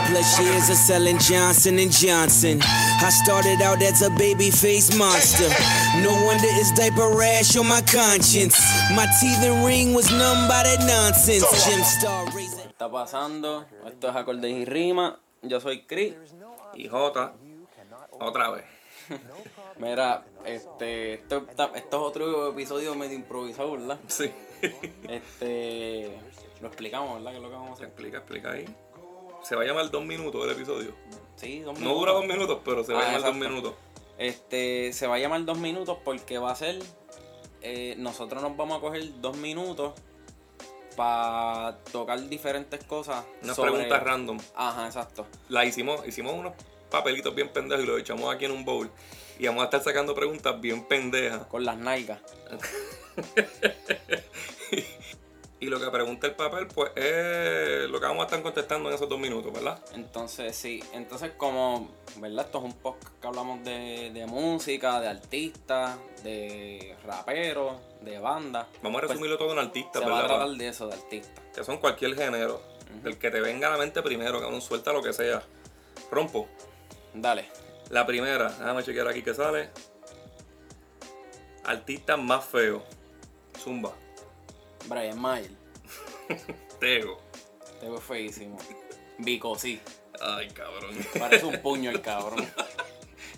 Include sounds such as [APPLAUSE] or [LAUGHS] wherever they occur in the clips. Cause I'm selling Johnson and Johnson. I started out as a baby face monster. No wonder it's diaper rash on my conscience. My teeth and ring was numb by that nonsense. Jim Star raising. Está pasando, esto es acordes y rima. Yo soy Chris. Y J, otra vez. [LAUGHS] Mira, este, esto, está- esto es otro episodio medio improvisado, ¿verdad? Sí. Este, lo explicamos, ¿verdad? Que es lo que vamos a hacer. explica, explica ahí. Se va a llamar dos minutos el episodio. Sí, dos No minutos. dura dos minutos, pero se va a Ah, llamar dos exacto. minutos. Este, se va a llamar dos minutos porque va a ser. eh, nosotros nos vamos a coger dos minutos para tocar diferentes cosas. Unas sobre- preguntas random. Ajá, exacto. La hicimos, hicimos unos papelitos bien pendejos y los echamos aquí en un bowl. Y vamos a estar sacando preguntas bien pendejas. Con las nalgas. Y lo que pregunta el papel, pues es lo que vamos a estar contestando en esos dos minutos, ¿verdad? Entonces, sí, entonces como, ¿verdad? Esto es un podcast que hablamos de, de música, de artistas, de raperos, de bandas. Vamos a Pues, resumirlo todo en artistas, se va ¿verdad? a tratar de eso, de artistas. Que son cualquier género. El que te venga a la mente primero, cabrón, suelta lo que sea. Rompo. Dale. La primera, déjame chequear aquí que sale. Artista más feo. Zumba. Brian Mayer, Tego. te veo feísimo. Vico, sí. Ay, [LAUGHS] cabrón. Parece un puño el cabrón.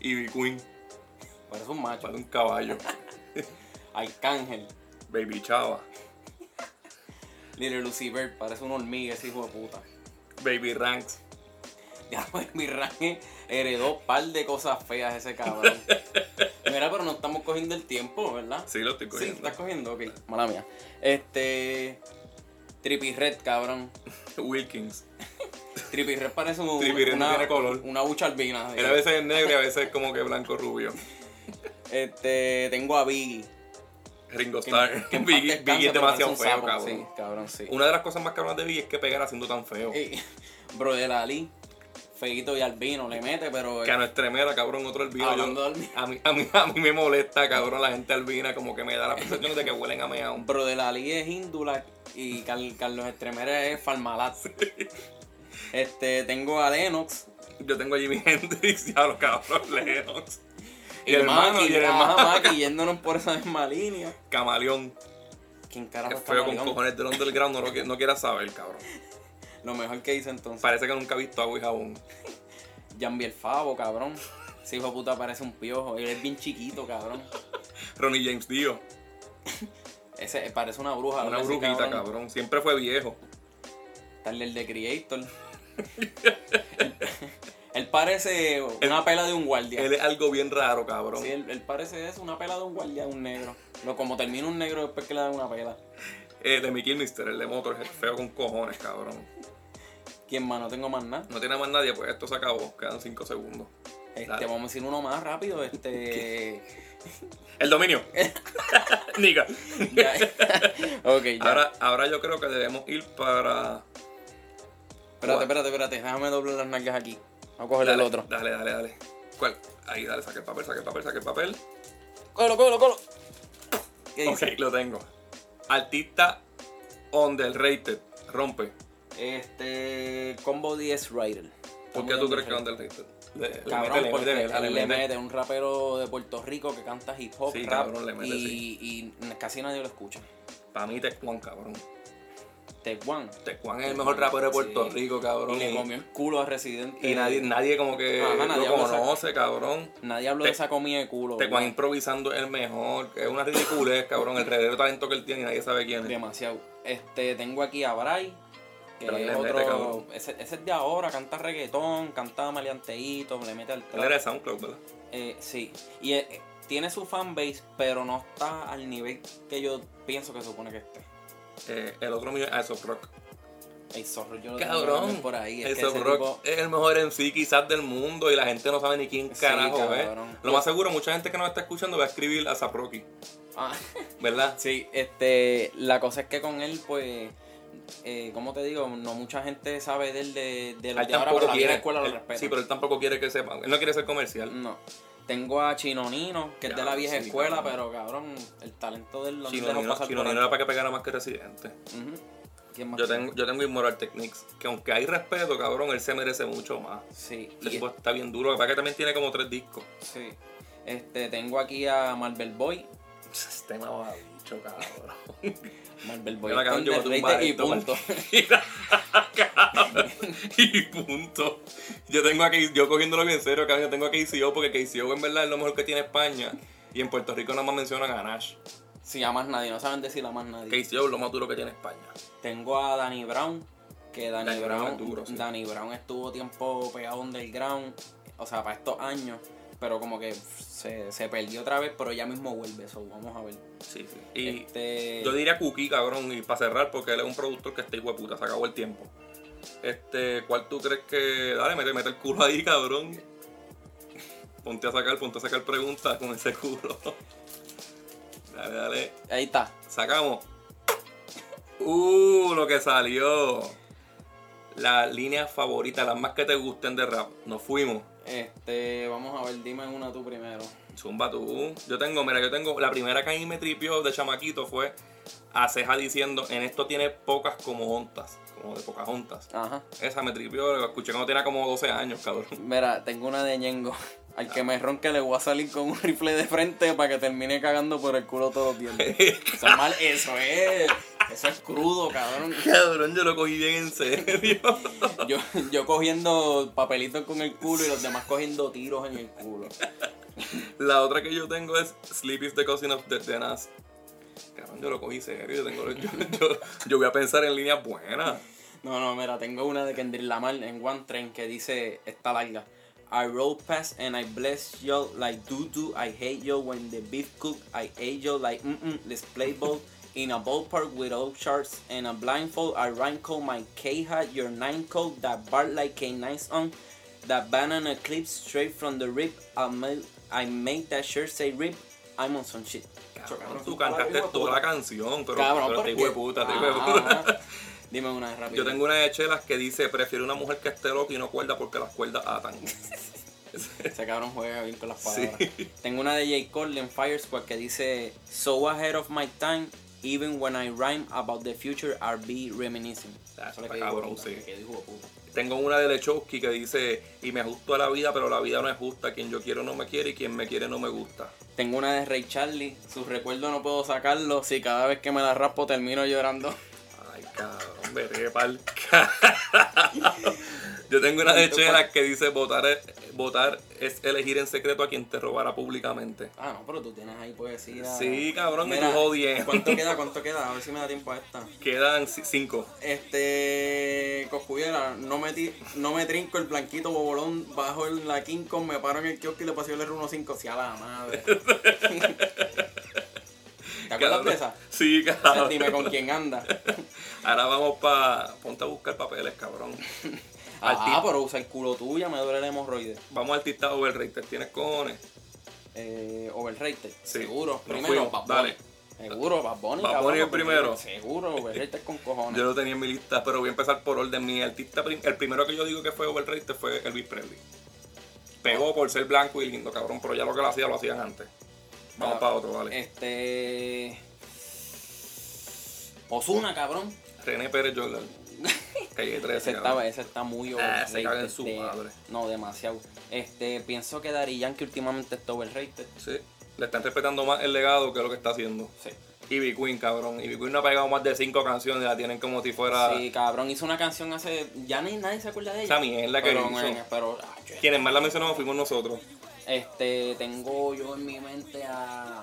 Y B Queen. Parece un macho. Para un caballo. Arcángel, Baby Chava. Little Lucifer, parece un hormiga ese hijo de puta. Baby Ranks. Ya pues, mi range heredó un par de cosas feas ese cabrón. Mira, pero no estamos cogiendo el tiempo, ¿verdad? Sí, lo estoy Sí, cogiendo. estás cogiendo, ok. Mala mía. Este. Trippy Red, cabrón. Wilkins. Trippy Red parece un, Trippy Red no una, tiene color. una bucha albina. Él a veces es negro y a veces es como que blanco rubio. Este, tengo a Biggie. Ringo que- Starr. que [LAUGHS] en paz Biggie, descanse, Biggie es pero parece demasiado un feo, sapo, cabrón. Sí, cabrón, sí. [LAUGHS] Una de las cosas más cabronas de Biggie es que pegar haciendo tan feo. Y- Brother Ali, feito y albino, le mete, pero. Que a nuestra tremera, cabrón, otro albino. Hablando yo- de albino. a, mí, a, mí, a mí me molesta, cabrón, la gente albina, como que me da la percepción de que huelen a meao. Brother Ali es Índula y Car- Carlos Estremera es Farmalat. Este, tengo a Lennox. Yo tengo a Jimi Hendrix y a los [LAUGHS] cabros Lennox. Y el hermano, y el hermano yéndonos por esa misma línea. Camaleón. ¿Quién carajo Que está feo con Marion? cojones del underground, no, lo que, no quieras saber, cabrón. Lo mejor que hice entonces. Parece que nunca ha visto agua y jabón. Jambi el Favo, cabrón. Ese hijo de puta parece un piojo. Él es bien chiquito, cabrón. Ronnie James Dio, Ese eh, parece una bruja. una ¿verdad? Ese brujita, cabrón. Siempre fue viejo. Tal el de Creator. [LAUGHS] él parece una pela de un guardia. Él es algo bien raro, cabrón. sí, él, él parece eso, una pela de un guardia, un negro. Lo, como termina un negro después que le dan una pela. Eh, de Mickey Mister, el de Motorhead, feo con cojones, cabrón. ¿Quién más? No tengo más nada. No tiene más nadie, pues esto se acabó. Quedan 5 segundos. Este, Dale. vamos a decir uno más rápido. [LAUGHS] Este. [LAUGHS] El dominio. [LAUGHS] Niga. ya. [LAUGHS] ok, ya. Ahora, ahora yo creo que debemos ir para. espérate, espérate, espérate. Déjame doblar las nalgas aquí. Vamos a coger el Dale, otro. Dale, dale, dale. ¿Cuál? Ahí, dale, saca el papel, saca el papel, saca el papel. Colo, colo, colo. ¿Qué Ok, dice? lo tengo. Artista underrated. Rompe. Este. Combo 10 Rider. ¿Por qué tú crees que es underrated? Le, le Cabrón, mete, le porque mete, él dale, le mete. mete un rapero de Puerto Rico que canta hip hop, Sí, rap, cabrón, le mete, y, y casi nadie lo escucha. Para mí, Tecuan, cabrón. Tech One. Tecuan es el mejor rapero de Puerto Sí. Rico, cabrón. Y le comió el culo a Residente. y nadie, nadie como que Ajá, nadie lo habla de esa- conoce, cabrón. Nadie habló Te- de esa comida de culo. Tecuan bro. improvisando es el mejor. Es una ridiculez, cabrón. El verdadero talento que él tiene y nadie sabe quién es. Demasiado. Este, tengo aquí a Bray. Que Bray es le mete, otro. cabrón. Ese, ese es de ahora, canta reggaetón, canta maleanteíto, le mete al Él era de SoundCloud, ¿verdad? Eh, sí, y eh, eh, tiene su fanbase, pero no está al nivel que yo pienso que supone que esté. Eh, el otro mío es Aesop Rock. El zorro, yo lo tengo también Cabrón, por ahí. Es que Aesop ese Rock tipo- es el mejor MC quizás del mundo y la gente no sabe ni quién Sí, carajo es. cabrón. Lo más seguro, mucha gente que nos está escuchando va a escribir a Saproki, Ah, [LAUGHS] ¿verdad? sí, este, la cosa es que con él, pues, eh, ¿cómo te digo? No mucha gente sabe de él de, de los Él de ahora, pero tampoco la vieja quiere. escuela lo él- respeta. Mm, sí, pero él tampoco quiere que sepa. Él no quiere ser comercial. No. Tengo a Chinonino, que es de Ya, la vieja sí, escuela, cabrón. pero cabrón, el talento del Chino Nino, Chino Nino era para que pegara más que Residente. ¿Quién más? Yo tengo, yo tengo Immoral Techniques, que aunque hay respeto, cabrón, él se merece mucho más. Sí. Ese y- tipo está bien duro, capaz que también tiene como tres discos. sí. Este, tengo aquí a Marvel Boy. Este tema va mucho, cabrón. Marvel Boy. Yo la cabrón, está yo voy a underrated tumbar y punto. esto, [LAUGHS] maldita. Cabrón. y punto. Yo tengo aquí, yo cogiéndolo bien serio, cabrón, yo tengo a KCO porque KCO en verdad es lo mejor que tiene España. Y en Puerto Rico nada más mencionan a Nash. Si a más nadie, no saben decir a más nadie. KCO es lo más duro que tiene España. Tengo a Danny Brown, que Danny, Danny Brown Brown, es duro, sí. Danny Brown estuvo tiempo pegado underground, o sea, para estos años, pero como que se, se perdió otra vez, pero ya mismo vuelve, eso vamos a ver. Sí, sí. Y este, yo diría Cookie, cabrón, y para cerrar, porque él es un productor que está hijo de puta, se acabó el tiempo. Este, ¿cuál tú crees que. Dale, mete, mete el culo ahí, cabrón. Ponte a sacar, ponte a sacar preguntas con ese culo. [LAUGHS] dale, dale. ahí está. Sacamos. Uh, lo que salió. Las líneas favoritas, las más que te gusten de rap. Nos fuimos. Este, vamos a ver, dime una tú primero. Zumba tú. Yo tengo, mira, yo tengo. La primera que a mí me tripió de chamaquito fue a Ceja diciendo: En esto tiene pocas como ontas. Como de pocas ontas. Ajá. Esa me tripió, la escuché cuando tenía como 12 años, cabrón. [LAUGHS] Mira, tengo una de Ñengo. Al que me ronque le voy a salir con un rifle de frente para que termine cagando por el culo todos los días. Eso es mal, eso es. Eso es crudo, cabrón. Cabrón, yo lo cogí bien en serio. Yo, yo cogiendo papelitos con el culo y los demás cogiendo tiros en el culo. La otra que yo tengo es Sleep is the cousin of Death de Nas. Cabrón, yo lo cogí serio. Yo, tengo, yo, yo- yo voy a pensar en líneas buenas. No, no, mira, tengo una de Kendrick Lamar en One Train que dice, está larga. I roll past and I bless you like doo-doo. I hate you when the beef cook. I hate you like mm-mm. Let's play ball in a ballpark with all charts and a blindfold. I wrinkle my K-hat, your nine coat, that bar like K9's on. That banana clip straight from the rip. I made, I made that shirt say rip. I'm on some shit. Cabrón, tú cantaste toda la canción, pero, Cabrón, pero ¿por te qué? hijo de puta, te hijo de Ah, puta. ajá. Dime una rápido. Yo tengo una de Chelas que dice, prefiero una mujer que esté loca y no cuerda porque las cuerdas [LAUGHS] atan. Ese cabrón juega bien con las Sí. palabras. Tengo una de J. Cole en Fire Squad que dice So ahead of my time, even when I rhyme about the future, I'll be reminiscing. Ah, Eso le está quedó cabrón, puta, sí. le quedó hijo de puta. Tengo una de Lechowski que dice, y me ajusto a la vida, pero la vida no es justa. Quien yo quiero no me quiere y quien me quiere no me gusta. Tengo una de Ray Charlie, sus recuerdos no puedo sacarlos si cada vez que me la raspo termino llorando. [LAUGHS] Ay, cabrón, veré pa'l carajo. Yo tengo una de Chelas que dice, votar es, votar es elegir en secreto a quien te robará públicamente. Ah, no, pero tú tienes ahí poesía. Sí, cabrón, y Mira, tú jodiendo. ¿Cuánto [LAUGHS] queda? ¿Cuánto queda? A ver si me da tiempo a esta. Quedan ci- cinco. Este, Coscubiera, no me, ti- no me trinco el blanquito bobolón bajo el, la King Kong, me paro en el kiosco y le paseo el R15. Si a la [LAUGHS] madre. ¿Te acuerdas de esa? [LAUGHS] Sí, cabrón. Dime con quién [LAUGHS] anda. Ahora vamos para... Ponte a buscar papeles, cabrón. Ah, Arti- pero usa el culo tuya, me duele el hemorroide. Vamos al artista overrated. ¿Tienes cojones? Eh, overrated, Sí. seguro. Nos Primero, fuimos, Bad Bunny. dale. Seguro, Bad Bunny. Bad cabrón, Bunny el porque primero. Seguro, overrated con cojones. Yo lo tenía en mi lista, pero voy a empezar por orden. Mi artista, prim- el primero que yo digo que fue overrated fue Elvis Presley. Pegó por ser blanco y lindo, cabrón, pero ya lo que lo hacía lo hacían antes. Vamos Ah, para otro, dale. Este. Osuna, cabrón. René [LAUGHS] Pérez Jordan. Calle 13, Ese está, cabrón. ese está muy Ah, se caga en overrated, su de- madre. No, demasiado. Este, pienso que Dari Yankee últimamente está overrated. Sí. Le están respetando más el legado que lo que está haciendo. Sí. Ivy Queen, cabrón. Ivy Queen no ha pegado más de cinco canciones, la tienen como si fuera... Sí, cabrón, hizo una canción hace. Ya ni nadie se acuerda de ella. Ah. Esa mierda que pero, hizo. eh, pero, ah, yo- Quienes más la mencionamos fuimos nosotros. Este, tengo yo en mi mente a.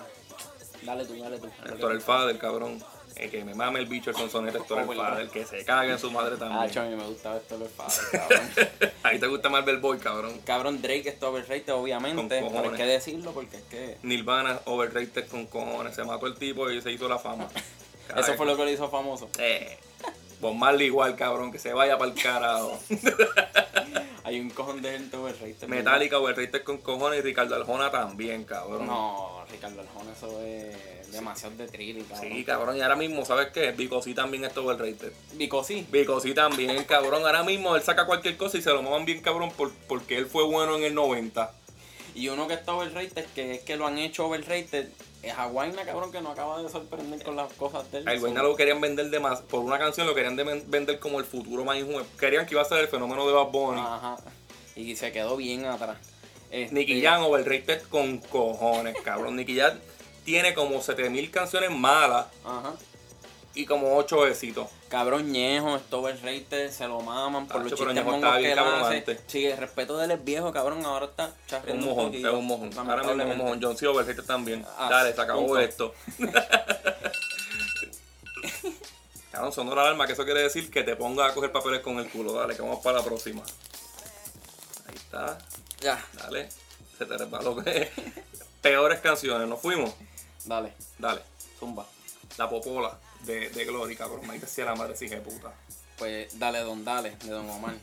Dale tú, dale tú. Héctor el Fader, cabrón. El que me mame el bicho el sonsonete Héctor el Overrated. Fader, que se caga en su madre Ah, cho, a también. mí me gustaba esto los padres, cabrón. [LAUGHS] Ahí te gusta Marvel Boy, cabrón. cabrón, Drake está overrated, obviamente. Con Pero hay cojones. que decirlo porque es que. Nirvana, overrated con cojones. Se mató el tipo y se hizo la fama. [LAUGHS] Eso fue lo que lo hizo famoso. Eh. Bon Marley igual, cabrón, que se vaya para el carajo. Hay un cojón de gente overrated. ¿verdad? Metallica, overrated con cojones. Y Ricardo Arjona también, cabrón. No, Ricardo Arjona, eso es demasiado de trilly, cabrón. Sí, cabrón. Y ahora mismo, ¿sabes qué? Vico sí también está overrated. Vico sí. Vico sí también, cabrón. Ahora mismo él saca cualquier cosa y se lo maman bien, cabrón, por- porque él fue bueno en el 90. Y uno que está overrated, que es que lo han hecho overrated, es a Guayna, cabrón, que nos acaba de sorprender con las cosas del El Guayna lo querían vender de más. Por una canción lo querían de- vender como el futuro más injusto. Querían que iba a ser el fenómeno de Bad Bunny. Ajá. Y se quedó bien atrás. Este, Nicky Jam overrated con cojones, cabrón. Nicky Jam tiene como 7000 canciones malas Ajá. y como 8 éxitos. Cabrón Ñejo, esto overrated, se lo maman por Tacho, los pero chistes Ñejo mongos estaba bien que él cabrón hace. antes. Sí, el respeto del viejo, cabrón, ahora está Un charreando mojón, es poquillo, un mojón. Ahora mismo es un lamentablemente. mojón. John C. overrated también. Ah, Dale, se acabó punto. [LAUGHS] esto. cabrón, sonó la alarma, que eso quiere decir que te ponga a coger papeles con el culo. Dale, que vamos para la próxima. Ahí está. Ya, Dale. Se te resbaló. [LAUGHS] Peores canciones, nos fuimos. dale, Dale. zumba. La popola de, de Glory, cabrón. Mike decía la madre, sí, de puta. Pues dale, don, dale, de don [LAUGHS] Omar.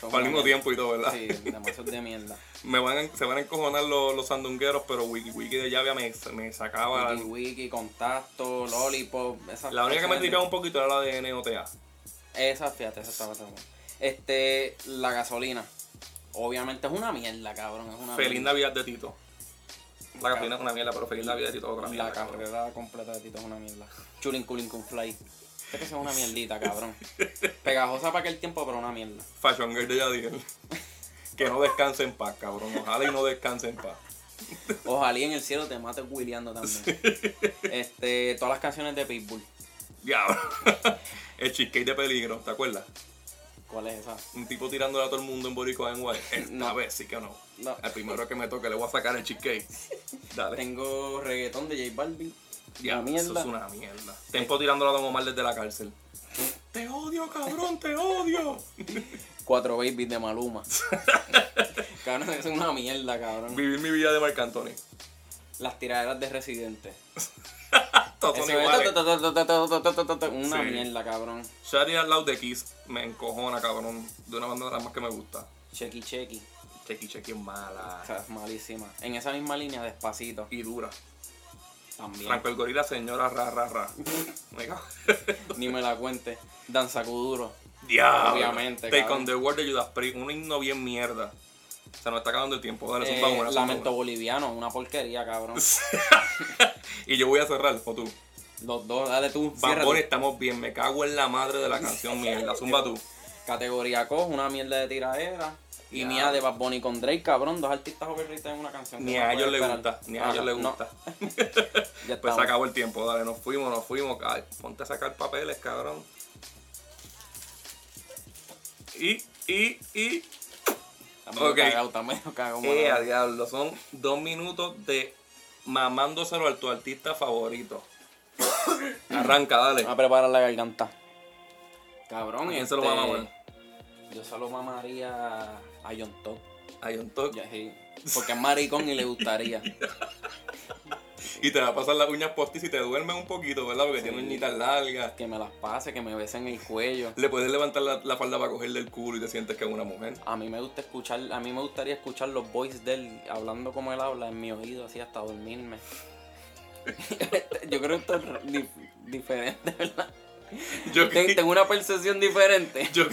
Son Al mismo una- tiempo y todo, ¿verdad? [LAUGHS] Sí, demasiado de mierda. Me van a- se van a encojonar los, los sandungueros, pero Wiki Wiki de llave me, me sacaba. Wiki, wiki, contacto, lollipop, esas la única que me canciones de- tripaba un poquito era la de NOTA. Ah. Esa, fíjate, esa estaba tan buena. Este, la gasolina. Obviamente es una mierda, cabrón. Es una Feliz mierda. Navidad de Tito. La gasolina es una mierda, pero Feliz Navidad de Tito es otra mierda. La cabrón. carrera completa de Tito es una mierda. Chulin culin con fly. Sé que eso es una mierdita, cabrón. Pegajosa para aquel tiempo, pero una mierda. Fashion Girl [LAUGHS] de Yadiel. que no descanse en paz, cabrón. Ojalá y no descanse en paz. Ojalá y en el cielo te mates Williando también. Este, todas las canciones de Pitbull. Diablo. [LAUGHS] El cheesecake de peligro, ¿te acuerdas? ¿Cuál es esa? Un tipo tirándole a todo el mundo en Boricua [LAUGHS] en Guay. Esta No. vez sí que no. No. El primero que me toque le voy a sacar el cheesecake. Dale. Tengo reggaetón de J Balvin. Ya, una mierda. Eso es una mierda. Tempo tirándola a Don Omar desde la cárcel. Te odio, cabrón, te [LAUGHS] odio. Cuatro babies de Maluma. cabrón, eso es una mierda, cabrón. Vivir mi vida de [LAUGHS] Marc Anthony. Las tiraderas de Residente. Todos son Eso es ta, iguales. ta, ta, ta, ta, ta, ta, ta, ta, ta, Una Sí. mierda, cabrón. Shady al lado de Kiss me encojona, cabrón. De una banda de las más que me gusta. Chequi chequi. Chequi Chequi es O mala. sea, es malísima. En esa misma línea, despacito. Y dura. También. Franco el Gorila, señora, ra, [LAUGHS] ra, ra. Me cago. [LAUGHS] Ni me la cuente. Danza Kuduro. Diablo. Obviamente, Take cabrón. on the World de Judas Priest. Un himno bien mierda. Se nos está acabando el tiempo. Dale, Eh, zumba una, zumba lamento una. boliviano, una porquería, cabrón. [LAUGHS] Y yo voy a cerrar, o tú. Los dos, dale tú. cierra tú. Bambón, estamos bien. Me cago en la madre de la canción mierda. [LAUGHS] Zumba tú. Categoría Co, una mierda de tiradera. Y Ya. mía de Bad Bunny con Drake, cabrón. Dos artistas overrated en una canción. Ni ¿Qué más a ellos puedes les esperar? gusta, ni a ellos Ajá, les no, gusta. ya Pues estamos. se acabó el tiempo, dale, nos fuimos, nos fuimos. Ay, ponte a sacar papeles, cabrón. Y, y, y. Está medio Ok. cagado, está medio cagado, Eh, a mano. diablo, son dos minutos de mamándoselo a tu artista favorito. Arranca, dale. Vamos a preparar la garganta. Cabrón, ¿A quién se lo este, mama, güey? Yo se lo mamaría a John Top. Hay un toque. Ya, sí, Porque es maricón y le gustaría. Y te va a pasar las uñas postis y te duermes un poquito, ¿verdad? Porque tiene uñitas largas. Que me las pase, que me besen el cuello. Le puedes levantar la, la falda para cogerle el culo y te sientes que es una mujer. A mí me gusta escuchar, a mí me gustaría escuchar los voices de él hablando como él habla en mi oído, así hasta dormirme. [LAUGHS] Yo creo que esto es dif- diferente, ¿verdad? Yo, Ten- Tengo una percepción diferente. [LAUGHS] yo,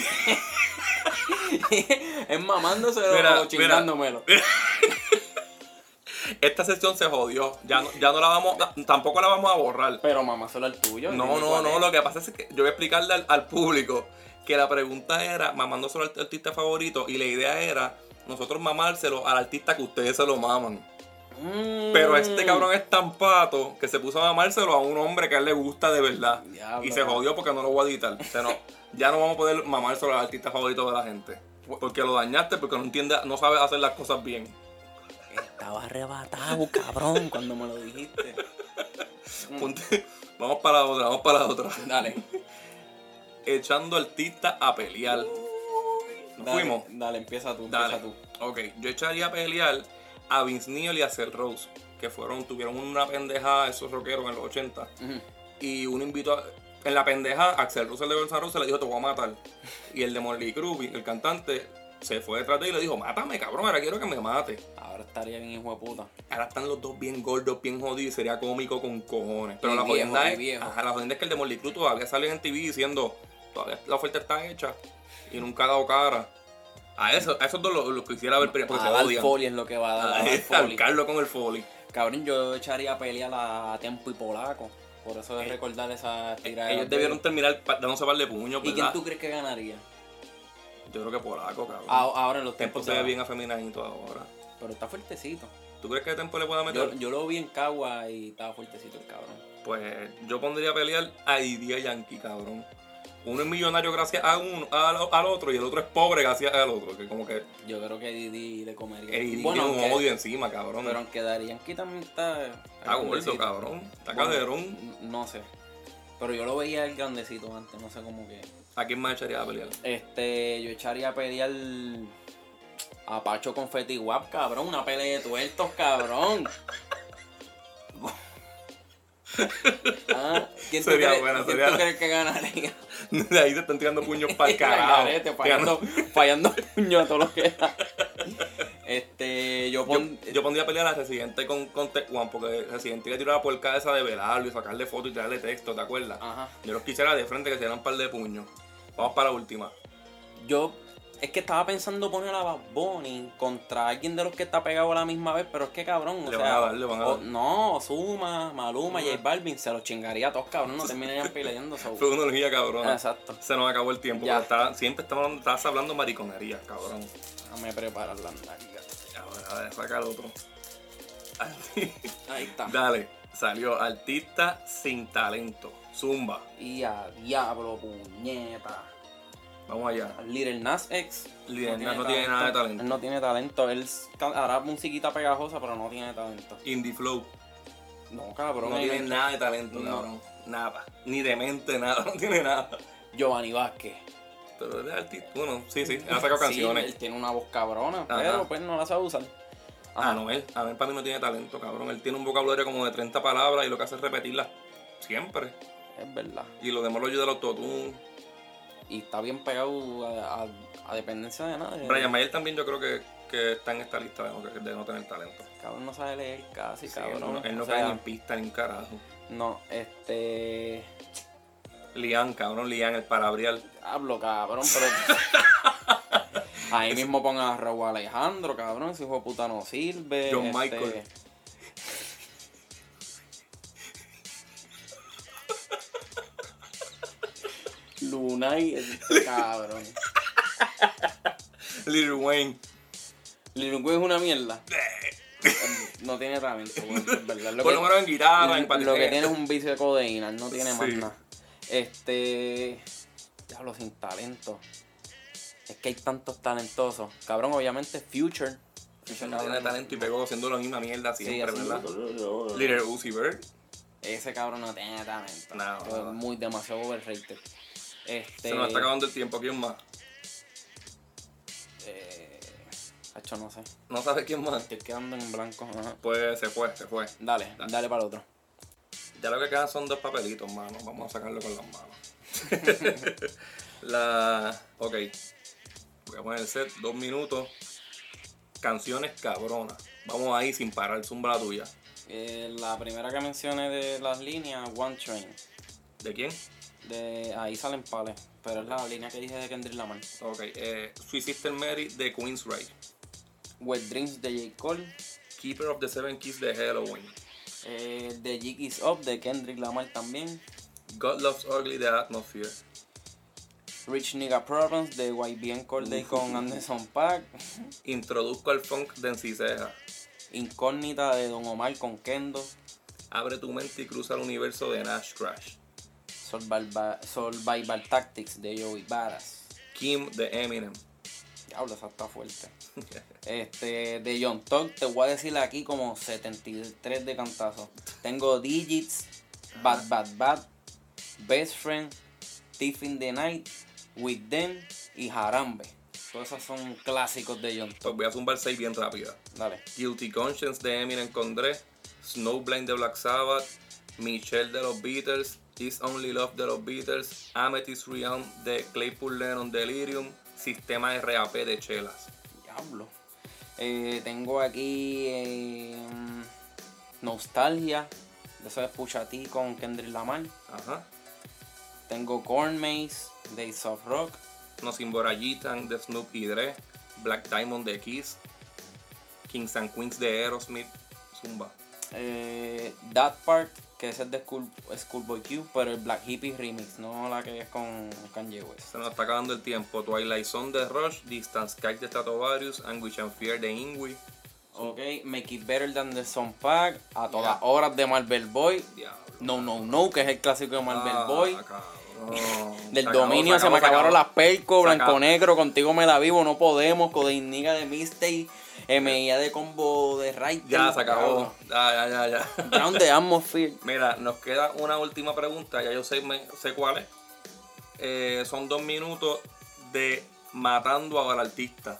es mamándoselo Mira, o mira. chingándomelo. Esta sesión se jodió. Ya no, ya no la vamos, a- tampoco la vamos a borrar. Pero mamáselo al tuyo. No, dime no, cuál no. es. Lo que pasa es que yo voy a explicarle al, al público que la pregunta era mamándoselo al artista favorito y la idea era nosotros mamárselo al artista que ustedes se lo maman. Mm. Pero este cabrón es tan pato que se puso a mamárselo a un hombre que a él le gusta de verdad. Diablo, y se cabrón. jodió porque no lo voy a editar. [LAUGHS] Se no- ya no vamos a poder mamárselo al artista favorito de la gente. Porque lo dañaste, porque no entiende, no sabe hacer las cosas bien. Estaba arrebatado, cabrón, cuando me lo dijiste. Ponte- [LAUGHS] vamos para la otra, vamos para la otra. Mm. [LAUGHS] Dale. echando artistas a pelear. Nos dale, fuimos. Dale, empieza tú, Dale. empieza tú. Ok, yo echaría a pelear a Vince Neil y a Cell Rose, que fueron, tuvieron una pendeja esos rockeros en los 80. Ujú. Y uno invitó a- En la pendeja, Axel Rose, el de Guns N' Roses, le dijo, te voy a matar. Y el de Morley Cruz, el cantante, se fue detrás de él y le dijo, mátame, cabrón, ahora quiero que me mate. Ahora estaría bien, hijo de puta. Ahora están los dos bien gordos, bien jodidos y sería cómico con cojones. Pero Y la viejo, jodienda y es. viejo. Ajá, la jodienda es que el de Molly Cruz todavía sale en TV diciendo todavía la oferta está hecha y nunca ha dado cara. A, eso, a esos dos los, los quisiera ver primero porque a se dar odian. Ah, [LAUGHS] Foley es lo que va a dar. a dar Al Foley. Carlos con el Foley. Cabrón, yo echaría a pelear a Tempo y Polaco. Por eso de recordar esa tirada. Eh, Ellos debieron terminar pa- dándose par de puños, ¿Y ¿verdad? quién tú crees que ganaría? Yo creo que polaco, cabrón. Ah, Ahora en los Tempo tiempos se ve de- bien afeminadito ahora. Pero está fuertecito. ¿Tú crees que Tempo le pueda meter? Yo, yo lo vi en Cagua y estaba fuertecito el cabrón. Pues yo pondría a pelear a Idia Yankee, cabrón. Uno es millonario gracias a uno, al, al otro, y el otro es pobre gracias al otro. Que como que Yo creo que Didi le comería. el bueno, Eh, tiene un aunque- odio encima, cabrón. Pero aunque Darían aquí también está. está está gordo, grandecito. cabrón. Está Bueno, caderón. n- No sé. Pero yo lo veía el grandecito antes, no sé cómo que. ¿A quién más echaría a pelear? [LAUGHS] Este, yo echaría a pelear a Pacho con Fetty Wap, cabrón. Una pelea de tuertos, cabrón. [LAUGHS] Ah, ¿Quién tú Sería crees- buena, quién sería- tú crees que [LAUGHS] ganaría? [LAUGHS] De ahí se están tirando puños para el carajo. Garete, Tirando- fallando, fallando puño a todo lo que [LAUGHS] da. Este, yo Yo, pon... yo pondría a pelear a Residente con, con Tech One, porque Residente le tiró la puerca esa de velarlo y sacarle fotos y tirarle texto, ¿te acuerdas? Ajá. Yo los quisiera de frente que se dieran un par de puños. Vamos para la última. Yo es que estaba pensando poner a Bad Bunny contra alguien de los que está pegado a la misma vez, pero es que cabrón, o Le van sea, a dar, le van a o- dar. no, Suma, Maluma, J Balvin se los chingaría a todos, cabrón, no terminarían peleando. so- Fue una orgía cabrona. Exacto. Se nos acabó el tiempo. Ya. porque está- siempre estamos, hablando- estás hablando mariconería, cabrón. Déjame preparar la nalga. Ahora, saca el otro. [LAUGHS] Ahí está. Dale, salió artista sin talento. Zumba. Y a diablo, puñeta. Vamos allá. Little Nas X. Lil Nas no tiene nada de talento. Él no tiene talento. Él s- ca- hará musiquita pegajosa, pero no tiene talento. Indie Flow. No, cabrón. No él- tiene nada de talento, No. cabrón. Nada. Ni de mente, nada. [LAUGHS] No tiene nada. Giovanni Vázquez. Pero es artista. Bueno, sí, sí. Él ha sacado Sí, canciones. él tiene una voz cabrona, Ajá. pero pues no la sabe usar. Ah, no, él. A ver, para mí no tiene talento, cabrón. Él tiene un vocabulario como de 30 palabras y lo que hace es repetirlas siempre. Es verdad. Y lo demás lo ayuda el autotune. Y está bien pegado a, a- a dependencia de nadie. Brian Mayer también yo creo que, que está en esta lista de no, de no tener talento. Cabrón no sabe leer casi, Sí, él cabrón. no, él no O cae sea, ni en pista ni en carajo. No, este. Lian, cabrón, Lian, el parabrial. Hablo, cabrón, pero. [LAUGHS] Ahí mismo pongan a Raúl Alejandro, cabrón, ese hijo de puta no sirve. John este, Michael. Lunay, [LAUGHS] este, cabrón. [LAUGHS] Lil Wayne. Lil Wayne es una [LAUGHS] mierda. No tiene talento, güey, es verdad. Lo Por que- lo menos en guitarra, en lo que patinete. tiene es un vicio de codeína, él no tiene más Sí. nada. Este. Diablo, sin talento. Es que hay tantos talentosos. Cabrón, obviamente Future. Ese No tiene talento y pegó haciendo la misma mierda siempre, así. ¿verdad? Little Uzi Bird. Ese cabrón no tiene talento. No, Esto es no. muy demasiado overrated. Este. Se nos está acabando el tiempo. ¿Quién más? eh, hacho, no sé. ¿No sabes quién más? Estoy quedando en blanco. ajá. Pues se fue, se fue. Dale, Dale. dale, para el otro. Ya lo que quedan son dos papelitos, mano. Vamos a sacarlo con las manos. la. Ok. Voy a poner el set, dos minutos. Canciones cabronas. Vamos ahí sin parar, zumba la tuya. Eh, la primera que mencioné de las líneas, One Train. ¿De quién? De ahí salen pales. Pero es la línea que dije de Kendrick Lamar. Ok. Eh, Sweet Sister Mary de Queensrÿche. Wet Dreams de J. Cole. Keeper of the Seven Keys de Halloween. Eh, The Jig Is Up de Kendrick Lamar también. God Loves Ugly de Atmosphere. Rich Nigga Problems de YBN Corday con Anderson Pack. Introduzco al funk de Enciseja. [LAUGHS] Incógnita de Don Omar con Kendo. Abre tu mente y cruza el universo de Nash Crash. Survival, Survival Tactics de Joey Varas. Kim de Eminem. [LAUGHS] Diablo, esa está fuerte. Este, de John Talk, te voy a decir aquí como 73 de cantazo. Tengo Digits, Bad Bad Bad, Best Friend, Thief in the Night, With Them y Harambe. Todas esas son clásicos de John Talk. Pues voy a zumbar 6 bien rápida. Dale. Guilty Conscience de Eminem con Dre. Snowblind de Black Sabbath. Michelle de los Beatles. This Only Love de los Beatles. Amethyst Realm de Claypool Lennon Delirium. Sistema RAP de Chelas. Diablo. Eh, tengo aquí eh, Nostalgia. De eso es Pusha T con Kendrick Lamar. Ajá. Tengo Corn Maze de Ace of Rock. Nos Imborayitan de Snoop y Dre, Black Diamond de Kiss, Kings and Queens de Aerosmith, Zumba. eh, That Part, que es el de School, Schoolboy Q, pero el Black Hippie Remix, no la que es con Kanye West. Se nos está acabando el tiempo. Twilight Zone de Rush, Distance Kite de Stratovarius, Anguish and Fear de Ingui. Ok, Make It Better Than The Sound Pack, A Todas Horas de Marvel Boy, Diablo. No No No, que es el clásico de Marvel Ah, Boy. [LAUGHS] cabrón. Del Se acabó, dominio se, acabó, me acabaron las acabó. percos, Se blanco acabó. negro, contigo me la vivo, no podemos, Codiniga de Mistake, MIA de combo de Raid. Ya, se acabó. Ya, ya, ya, ya. [LAUGHS] Brown de Atmosphere. Mira, nos queda una última pregunta, ya yo sé, me- sé cuál es. Eh, son dos minutos de matando al artista.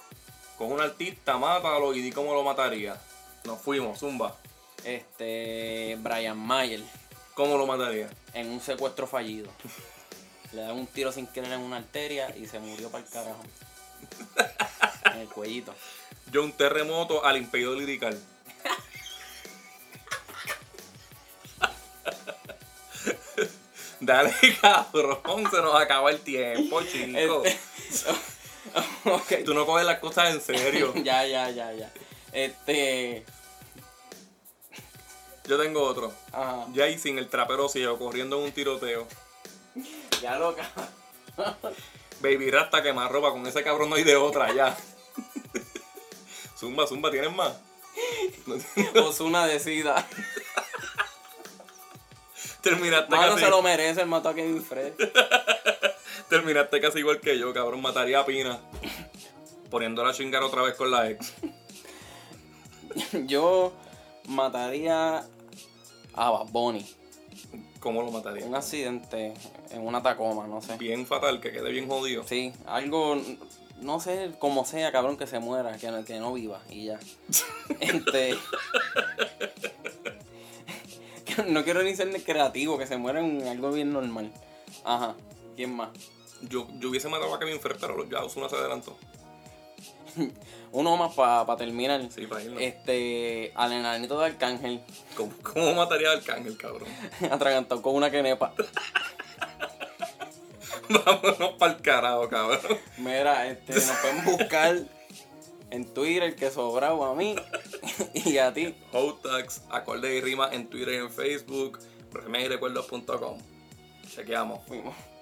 Con un artista, mátalo y di cómo lo mataría. Nos fuimos, zumba. Este. Brian Mayer ¿Cómo lo mataría? en un secuestro fallido. Le da un tiro sin querer en una arteria y se murió para el carajo. En el cuellito. [LAUGHS] Yo un terremoto al impedido lirical. [LAUGHS] Dale, cabrón, se nos acaba el tiempo, chico. Este, ok. Tú no coges las cosas en serio. ya, ya, ya, ya. Este. Yo tengo otro. Ajá. Jason, el trapero ciego, corriendo en un tiroteo. Ya loca. Baby Rasta quemar ropa, con ese cabrón no hay de otra ya. zumba, zumba, ¿tienes más? Osuna decida. Terminaste Mano casi, se lo merece, el mató a Kevin Fred. terminaste casi igual que yo, cabrón. Mataría a Pina. Poniéndola a chingar otra vez con la ex. Yo mataría a Bad Bunny. ¿Cómo lo mataría? Un accidente en una Tacoma, no sé. Bien fatal, que quede bien jodido. Sí, algo, no sé, como sea, cabrón, que se muera, que, no- que no viva y ya. Este, [LAUGHS] que no quiero ni ser creativo, que se muera en algo bien normal. Ajá, ¿quién más? Yo, yo hubiese matado a Kevin Fer, pero ya Osuna se adelantó. Uno más para terminar. Sí, para irnos. Este, al enanito de Arcángel, [LAUGHS] ¿Cómo, cómo mataría al cángel, cabrón? [LAUGHS] atragantado con una quenepa. Vámonos para el carajo, cabrón. Mira, este, nos pueden buscar en Twitter, que sobrado a mí [LAUGHS] y a ti. Hotax, acorde y rima en Twitter y en Facebook, remedyrecuerdos.com. Chequeamos. Fuimos.